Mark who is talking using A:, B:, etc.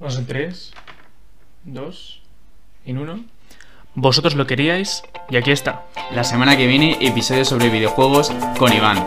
A: Os en 3, 2, en 1. Vosotros lo queríais y aquí está.
B: La semana que viene, episodio sobre videojuegos con Iván.